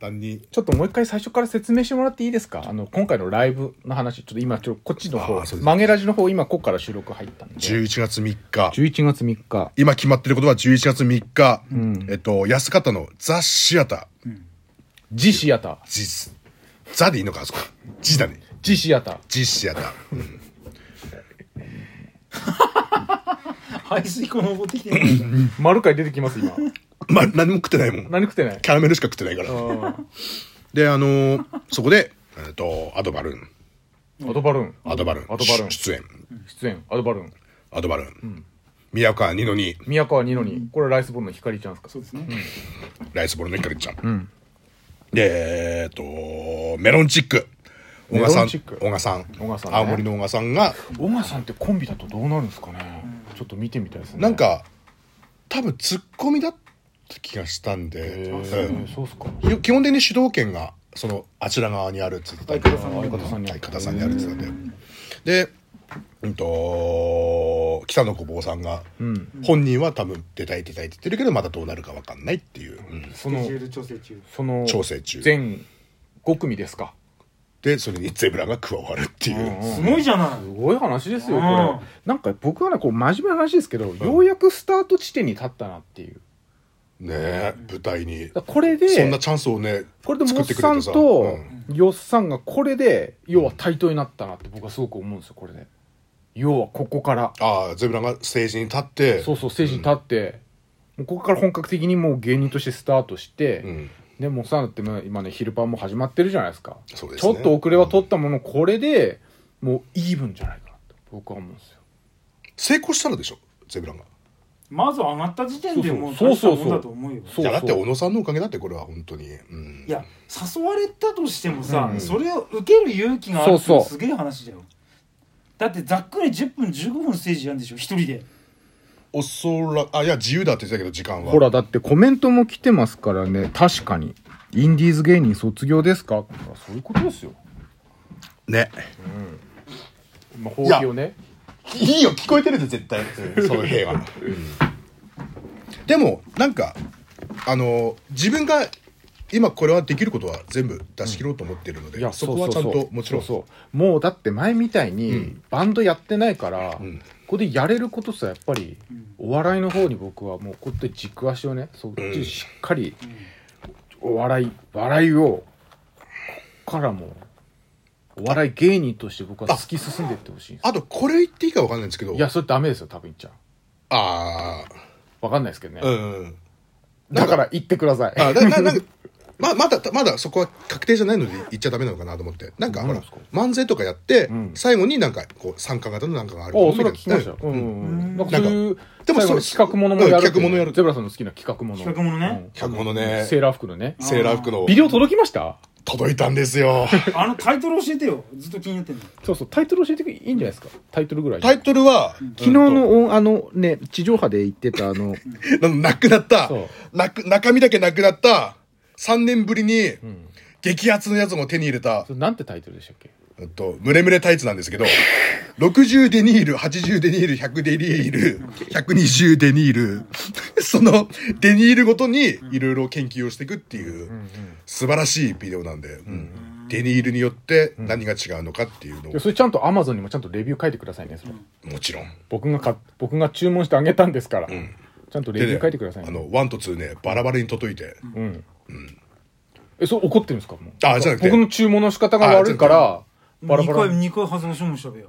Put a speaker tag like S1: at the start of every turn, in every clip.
S1: 単に。
S2: ちょっともう一回最初から説明してもらっていいですかあの、今回のライブの話、ちょっと今、ちょっとこっちの
S1: あーそう
S2: 方、
S1: です
S2: 曲げラジの方、今、ここから収録入ったんで。11
S1: 11月3日。
S2: 月3日。
S1: 今決まってることは11月3日。
S2: ん
S1: えっと、安方のザ・シアター。
S2: ジシアター。
S1: ジス。ザでいいのか、あそこ。ジだね。
S2: ジシアター。
S1: ジシアター。
S3: 排水口登ってきてる。
S2: 丸回出てきます、今。
S1: まあ、何も食ってないもん。
S2: 何食ってない
S1: キャラメルしか食ってないか
S2: う
S1: ら。
S2: ん。ア
S1: で、あのーそこで、えっと、アドバルーン。
S2: ドバルーン。
S1: アドバルーン。
S2: アドバルーン
S1: し出演。
S2: 出演、アドバルーン。
S1: アドバルーン。宮川二の二、
S2: 宮川二のに、これライスボールの光ちゃんですか
S3: そうですね。
S1: ライスボールのひかりちゃん。で、えっと、メロンチック。小賀
S2: メ
S1: さ
S2: ロ
S1: ん
S2: ンチッ。ク
S1: 小賀さん。
S2: 小賀さんね
S1: 青森の小賀さんが、
S2: 小川さんってコンビだとどうなるんですかねちょっと見てみたいですね。
S1: なん、か、多分ツッコミだった気がしたんで、
S2: え
S1: うん
S2: ー、そうっすか。
S1: ひ基本的に主導権が、その、あちら側にあるって言ってたんで
S3: 相方さんに
S2: 相方さんに。
S1: 相方さんにあるって言ってたんで。で、うんと、北野小坊さんが、
S2: うん。
S1: 本人は多分出たい出たいって言ってるけどまだどうなるか分かんないっていう、うん
S2: そ
S3: スケ
S2: の
S3: ジュー、ル調整中。
S2: その、
S1: 調整中
S2: 全5組ですか。
S1: でそれにゼブラが加わるっていう、
S2: うん
S3: すごいじゃない。
S2: すごい話ですよ、これ
S3: うん。
S2: なんか僕はね、こう、真面目な話ですけど、ようやくスタート地点に立ったなっていう。
S1: ねえ舞台に
S2: だからこれで、
S1: そんなチャンスをね
S2: これでモ
S1: 作っ
S2: ッ
S1: てく
S2: さ
S1: れて
S2: ん
S1: さ
S2: と
S3: う
S2: ヨッさんがこれで、要は対等になったなって僕はすごく思うんですよ、これで。要はここから。
S1: ああゼブラがステージに立って
S2: そうそう、ステージに立って、もうここから本格的にもう芸人としてスタートして、
S1: うん
S2: でもうさ、だってもう今ね、昼パンも始まってるじゃないですか。
S1: そうで
S2: ち
S1: すね
S2: ょっと遅れは取ったもの、これで、もうイーブンじゃないかなと僕は思うんですよ。
S1: 成功したのでしょゼブラが
S3: まず上がった時点でもう
S2: そう
S3: 大した
S2: そうそう
S3: もんだと思うよ。
S2: そう
S1: いやだって小野さんのおかげだってこれは本当に、うん、
S3: いや誘われたとしてもさ、
S2: うん
S3: それを受ける勇気があるって
S2: そうそう
S3: すげえ話だよだってざっくり10分15分ステージやるんでしょ一人で
S1: おそらあいや自由だって言ってたけど時間は
S2: ほら、だってコメントも来てますからね、確かに。インディーズ芸人卒業ですかそういうことですよ。
S1: ね
S2: まあ、放棄をね。
S1: いいよ聞こえてるで絶対、うんその平和、うんでもなんかあの自分が今これはできることは全部出し切ろうと思ってるので、
S2: いや
S1: そこはちゃんともちろん
S2: そうそうもうだって前みたいにバンドやってないから、
S1: ん
S2: ここでやれることさやっぱり
S3: ん
S2: お笑いの方に僕はもうこうやって軸足をねそっちにしっかりお笑い笑いをこっからもうお笑い芸人として僕は突き進んでいってほしいんです
S1: あとこれ言っていいかわかんないんですけど
S2: いやそれダメですよ多分言っちゃ
S1: あ
S2: わかんないですけどね、
S1: あうん
S2: だから言ってください
S1: あだななんかままだまだそこは確定じゃないので言っちゃダメなのかなと思ってなんかほ
S2: 何
S1: ら
S2: ですか
S1: 漫才とかやって、
S2: ん
S1: 最後になんかこう参加型のなんかがある
S2: おそれは聞きましたよ。
S1: うん
S2: うん。
S3: ん
S2: なんかそういう、
S1: でも
S2: 最後の
S1: そう
S2: 企画ものもやるって
S1: う
S2: いう。
S1: ん企画ものやる
S2: ゼブラさんの好きな企画もの。
S3: 企画ものね
S2: うん
S1: 企画ものね
S2: セーラー服のね。
S1: セーラー服の
S2: ビデオ届きました
S1: 届いたんですよ
S3: あのタイトル教えてよずっと気になってんの
S2: そうそう、タイトル教えてくれいいんじゃないですかタイトルぐらい。
S1: タ
S2: 昨
S1: イトルは昨
S2: 日の、おあのね、地上波で言ってたあの、
S1: ななくなった
S2: そ
S1: なく、中身だけなくなった、3年ぶりに、激アツのやつも手に入れた、
S2: それなんてタイトルでしたっけ
S1: えっと、ムレムレタイツなんですけど、60デニール、80デニール、100デニール、120デニール、そのデニールごとにいろいろ研究をしていくっていう、素晴らしいビデオなんで、うんデニールによって何が違うのかっていうの
S2: いやそれちゃんと Amazon にもちゃんとレビュー書いてくださいね、それ。
S1: を、もちろん。
S2: 僕がか、僕が注文してあげたんですから。ちゃんとレビュー書いてください
S1: あ
S2: ね。
S1: の、1と2ね、バラバラに届いて、
S2: うん。え、それ怒ってるんですかもう。
S1: あ、じゃなくて
S2: 僕、の注文の仕方が悪いから、バラ
S3: 2
S2: バラ
S3: 回。二回発音しもしたべよ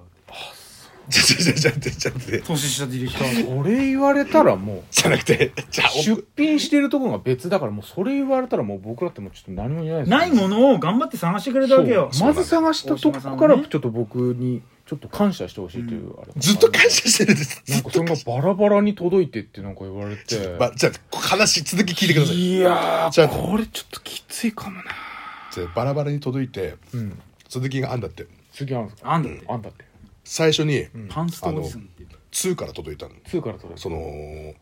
S1: じゃじゃじゃじゃじゃじゃ
S3: 年下ディレクター
S2: これ言われたらもう。
S1: じゃなくて、じゃあ、
S2: 出品してるところが別だからもうそれ言われたらもう僕らってもうちょっと何も言えないですよ
S3: ないものを頑張って探してくれたわけよ
S2: そうまず探したとこから
S3: 大島さんね
S2: ちょっと僕にちょっと感謝してほしいというあれ
S1: ずっと感謝してるんです。
S2: なんかそれがバラバラに届いてってなんか言われて
S1: まあ、じゃあ、話、続き聞いてください。
S2: いや
S1: じゃあ
S2: ーこれちょっときついかもな
S1: じゃあバラバラに届いて、
S2: うん
S1: 続きがあんだって。
S2: 次あるんですか
S3: あんだって
S2: あんだって
S1: 最初に、
S3: パンストおじさんって
S1: 2から届いたの。
S2: 2から届い
S1: その、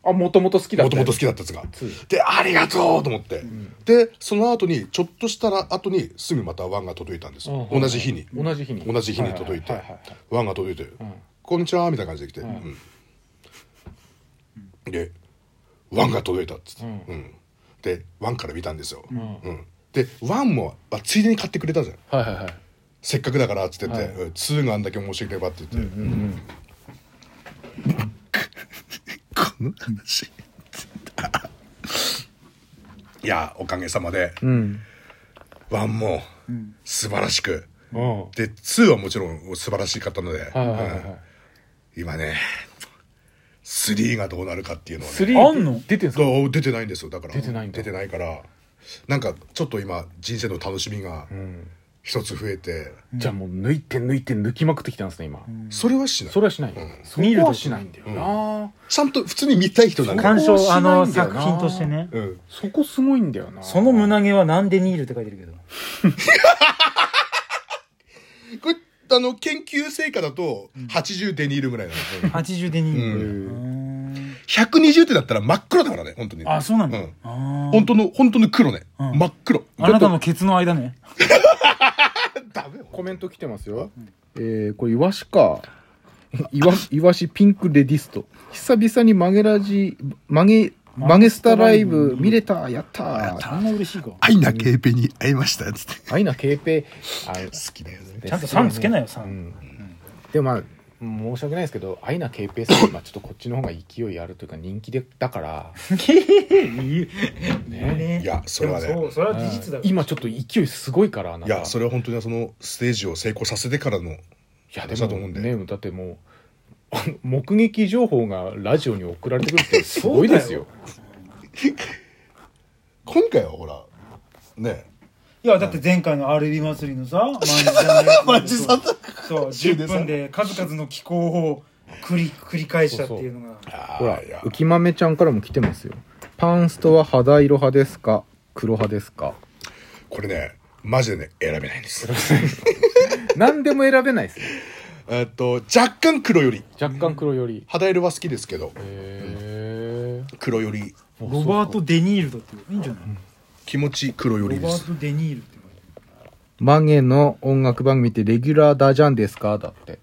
S2: たあもともと好きだっ
S1: も
S2: た
S1: ともと好きだったやつが。
S2: 2
S1: で、ありがとうと思って。で、その後に、ちょっとしたら後に、すぐまた1が届いたんですよ。同じ日に。
S2: 同じ日に
S1: 同じ日に届いて
S2: はははは
S1: 1が届いて、こんにちはみたいな感じで来て、うんで「ワンが届いた」っつって、うんで「ワンから見たんですよ、うんで1もあついでに買ってくれたじゃん
S2: はいはいはい
S1: せっかくだからっつって言って、
S2: はい
S1: うん2があんだけ面白ければって言って、
S2: うんうん
S1: この話いやおかげさまで
S2: うん
S1: 1も
S3: うん
S1: 素晴らしく
S2: うん
S1: で2はもちろん素晴らしかったので、
S2: はいはいはい
S1: うん
S2: はい
S1: 今ね3がどうなるかっていうのはね
S2: 3
S3: あんの
S2: 出てんすか
S1: が出てないんですよだから
S2: 出てないんだ
S1: からなんかちょっと今人生の楽しみが
S2: うん
S1: 一つ増えて、
S2: じゃあもう抜いて抜いて抜きまくってきたんですね今
S1: それはしない
S2: それはしない
S1: ん
S2: そこはしないんだよ
S1: 見る
S2: な
S1: ちゃんと普通に見たい人だね
S2: そう
S4: 鑑賞
S2: しないんだよな
S4: あの作品としてね
S1: うん
S2: そこすごいんだよな
S4: その胸毛はなんでニールって書いてるけど
S1: これあの研究成果だと80デニールぐらいなの、
S4: 80でニール
S2: うん
S4: うん
S1: 120ってだったら真っ黒だからね本当に
S4: あそうなんだ
S1: うん
S4: あー
S1: 本当の本当の黒ね、
S4: うん
S1: 真っ黒
S4: あなたのケツの間ね
S1: ダメよ
S2: コメント来てますよ。えー、これ、イワシか。 イワイワシピンクレディスト。久々に曲げラジ、曲げ、曲げスタライブ見れた、やったー。
S4: あんな嬉しいか
S1: 愛なケーペに会いましたつって
S2: あいな、ケーペあ
S1: 好きだよね
S2: ち
S4: ちゃんとさんつけなよ
S2: う
S4: さん
S2: ん。でもまあ、申し訳ないですけど、アイナ・ケーペイさんは、まあちょっとこっちの方が勢いあるというか、人気で、だから、
S4: 言うね
S1: いやそれはね
S4: でもそうそれは事実だから
S2: 今ちょっと勢いすごいから、なん
S1: い
S2: か
S1: やそれは本当にそのステージを成功させてからの
S2: いやで
S1: 話だと思
S2: も
S1: うんで
S2: ねだってもう あの目撃情報がラジオに送られてくる ってすごいですよ
S1: 今回はほらね
S3: いやだって前回の RB 祭りのさマンジさんのやつ
S1: マンジさん
S3: そうそう10分で数々の気候を繰り繰り返したっていうのが
S2: ほら
S1: いや
S2: 浮豆ちゃんからも来てますよパンストは肌色派ですか黒派ですか
S1: これねマジでね選べないんです
S2: 何でも選べないですよ
S1: えっと若干黒より
S2: 若干黒より
S1: 肌色は好きですけど
S2: へえ
S1: 黒より
S4: ロバート・デ・ニールだっていいんじゃない
S1: 気持ち黒より
S3: ロ
S1: で
S3: バ
S1: す
S3: ート・デ・ニールって言われてる
S2: マゲの音楽番組ってレギュラーダジャンですかだって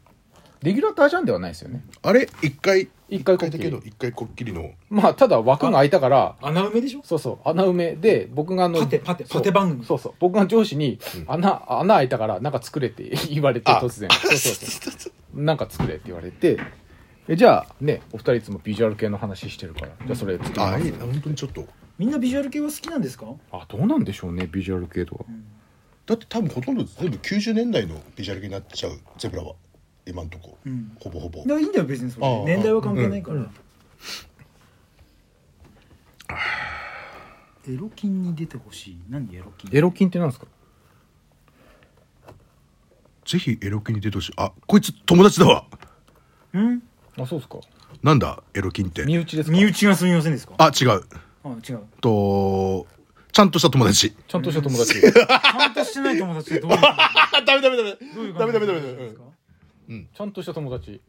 S2: レギュラーダジャンではないですよね
S1: あれ一回
S2: 一回こっ
S1: だ
S2: き
S1: けど
S2: り
S1: 一回こっきりの
S2: まあただ枠が空いたから
S4: 穴埋めでしょ
S2: そうそう穴埋めで僕があの
S4: パテパテ
S2: そ
S4: パ
S2: う
S4: テ番組
S2: そうそう僕が上司に穴穴開いたからなんか作れって 言われて
S1: あ
S2: 突然そうそうそうなんか作れって言われてえじゃあねお二人いつもビジュアル系の話してるからじゃあそれ作り
S1: あ
S2: ま
S1: いい
S2: す
S1: な本当にちょっと
S3: みんなビジュアル系は好きなんですか
S2: あどうなんでしょうねビジュアル系とか
S1: だって多分ほとんど全部90年代のビジュアルになっちゃうゼブラは今んとこ、
S3: うん
S1: ほぼほぼ
S3: いやいいんだよ別にそ
S1: あ
S3: れ
S1: あ
S3: 年代は関係ないからエロ金に出てほしい何エロ金
S2: エロ金ってなんですか
S1: ぜひエロキに出てほしいあこいつ友達だわ
S3: うん
S2: あそうですか
S1: なんだエロキンって
S2: 身内ですか
S3: 身内がすみませんですか
S1: あ違う
S3: あ違う
S1: とちゃんとした友達
S2: ちゃんとした友達
S3: ちゃんとしてない友達ってどういう
S1: あ ダメダメダメ
S3: どういう
S1: ダメ
S3: 感
S1: ダ
S3: じ
S1: メダメ
S3: なん
S1: ダメ
S3: ですか
S2: ちゃんとした友達
S1: ん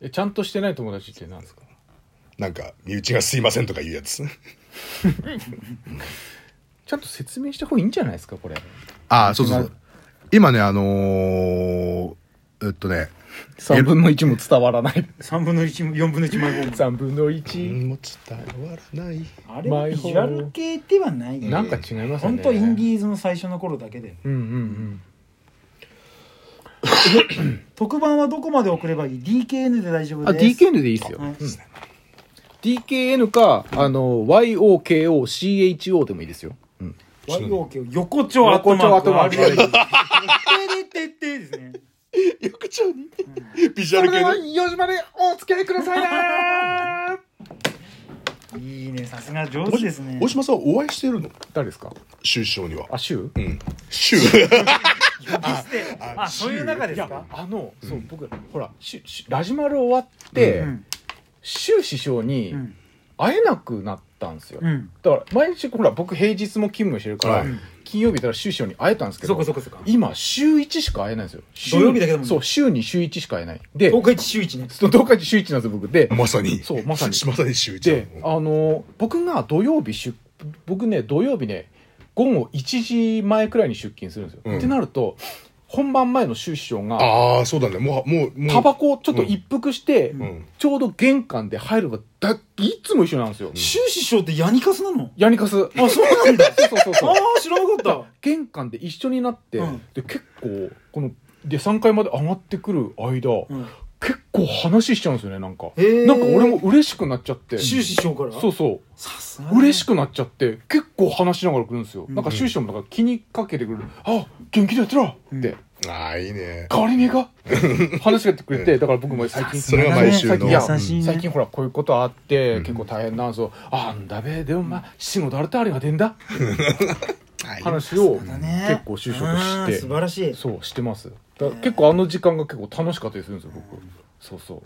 S2: えちゃんとしてない友達ってなんですか
S1: なんか身内がすいませんとか言うやつ
S2: ちゃんと説明した方がいいんじゃないですかこれ
S1: あそうそうそう今ねあのー、えっとね
S2: 3分の1も伝わらない
S3: 3分の1も4分の1枚分
S2: 3分の1
S1: もう伝わらない
S3: あれはビジュアル系ではないよ
S2: なんか違いますよ
S3: 本
S2: ね
S3: 当インディーズの最初の頃だけで
S2: うんうんうん
S3: 特番はどこまで送ればいい DKN で大丈
S2: あ、
S3: 夫です
S2: DKN でいいですよ。
S3: はい
S2: DKN か、あの、YOKOCHO でもいいですよ。うん。
S3: YOK 横丁アットマー
S2: 横
S3: ク
S2: 丁アットマーク
S3: RB ててててですね
S1: 翌朝にビジュアル系の
S2: 4時までお付き合いくださいな
S3: いいねさすが上手ですね
S1: 大島さんはお会いしてるの
S2: 誰ですか
S1: 首相には
S2: あ、シュ
S1: う
S2: ウ
S1: ん州
S3: あそういう中
S2: い
S3: です
S2: や
S3: か、
S2: あの、そう、僕、ほら、シュシュラジマル終わって
S3: う、ん
S2: シュウ師匠に
S3: うん
S2: 会えなくなったんですよ。
S3: うん
S2: だから、毎日、ほら、僕平日も勤務してるか
S1: は
S2: ら
S1: い、
S2: 金曜日だからシュウ師匠に会えたんですけ
S3: そこ
S2: ど、
S3: そこそこ
S2: 今、週1しか会えないんですよ。週
S3: 土曜日だけだもんね
S2: そう、週に週1しか会えない。で、
S3: 東海地週一ね
S2: その動画週一なんですよ、僕。で、
S1: まさに
S2: そうま さに
S1: まさに州一
S2: で、あのー僕が土曜日出、僕ね、土曜日ね、午後1時前くらいに出勤するんですよ。
S1: うん
S2: ってなると、本番前の周師匠が、
S1: ああ、そうだね。もう、もう、もう。
S2: タバコをちょっと一服して
S1: う、ん。
S2: ちょうど玄関で入るのがだ、いつも一緒なんですよ。
S3: シュウ師匠ってヤニカスなの
S2: ヤニカス。そう
S3: あ、そうなんだ。
S2: そうそう そう
S3: あ。あ、知らなかっ
S2: 玄関で一緒になって、
S3: うん
S2: で結構こので3階まで上がってくる間、
S3: た。うん。
S2: 結構話しちゃうんですよねなんか、
S3: へー
S2: なんか俺も嬉しくなっちゃって
S3: シュウ師匠から
S2: そうそ
S3: さすが
S2: う嬉し
S3: く。
S2: くなっちゃって結構話しながら来るんですよ、
S3: うん
S2: なんか終始もなんか気にかけてくる「あ元気でやってろ!」って、
S3: うん
S1: ああ、いいね。
S2: 変わりねえか話しかけてくれてだから僕も最近
S1: それが毎週の
S2: 最近いや
S3: 優しいね
S2: 最近ほらこういうことあって、
S1: ん
S2: 結構大変なんですよあんだべでもまあ仕事あるとあれが出んだ
S1: はい。
S2: 話を
S3: だね
S2: 結構就職し
S3: うん
S2: て
S3: 素晴らしい。
S2: そうしてますだ結構あの時間が結構楽しかったりするんですよ僕そうそう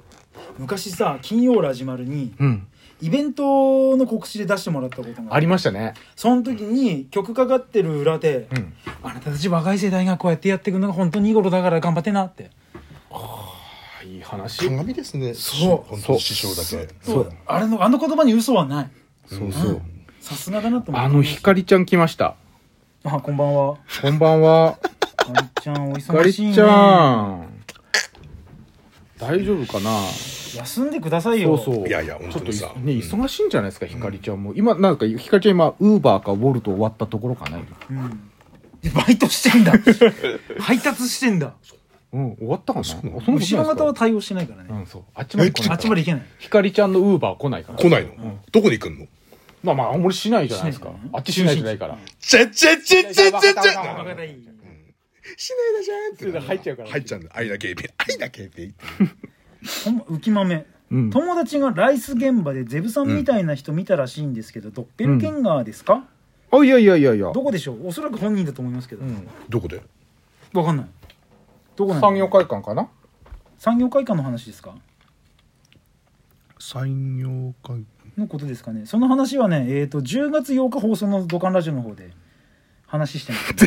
S3: 昔さ、金曜ラジマルに、
S2: うん
S3: イベントの告知で出してもらったことが
S2: あ
S3: あ
S2: り
S3: り
S2: ましたね
S3: その時に曲かかってる裏で、
S2: うん
S3: あなたたち若い世代がこうやってやっていくのが本当にいいことだから頑張ってなって。
S2: あいい話
S1: 鏡ですね。
S3: そう
S1: 本当に師匠だけ。
S2: そう
S3: あれの、あの言葉に嘘はない。
S2: そうそう
S3: さすがだなと思
S2: あ
S3: って。
S2: のひかりちゃん来ました
S3: あ、こんばんは。
S2: こんばんは
S3: ガリちゃん、お
S2: ひか
S3: 忙
S2: り
S3: しいね。
S2: ちゃん大丈夫かな
S3: 休んでください
S2: そ
S3: よ。
S2: うそう
S1: い
S2: い
S1: やいや本当にさ
S2: ちょっとね忙しいんじゃないですかひかりちゃんも今なんかひかりちゃん今ウーバーかウォルト終わったところかな
S3: うん。バイトしてんだ。配達してんだ。
S2: うん終わったかなそんなことないです
S3: 後
S2: か
S3: ろ方は対応してないから
S2: う
S3: ね。
S2: んそうあっちまで来ない
S3: あっちまで行けない。
S2: ひかりちゃんのウーバー来ないから
S1: 来ないのどこに行くんの
S2: まあまあ、あんまりしないじゃないですか
S3: しない。
S2: あっちしないじゃないから。
S1: ちゃちゃちゃちゃちゃち
S2: あ
S1: ゃ
S2: わかんない
S1: しないだじゃんっ
S2: それで入っちゃうから
S1: 入っちゃうんだ。愛だけエビ。愛だけエビ。
S3: ほんま浮き豆。
S2: うん
S3: 友達がライス現場でゼブさんみたいな人見たらしいんですけど、ドッペルゲンガーですか、
S2: あ、いやいやいやいや。
S3: どこでしょうおそらく本人だと思いますけど、
S2: う
S3: わ
S2: ん
S1: どこで
S3: かんないどこなんだ
S2: 産業会館かな
S3: 産業会館の話ですか
S1: 産業会
S3: のことですかねその話はねえっ、と10月8日放送の土管ラジオの方で話してます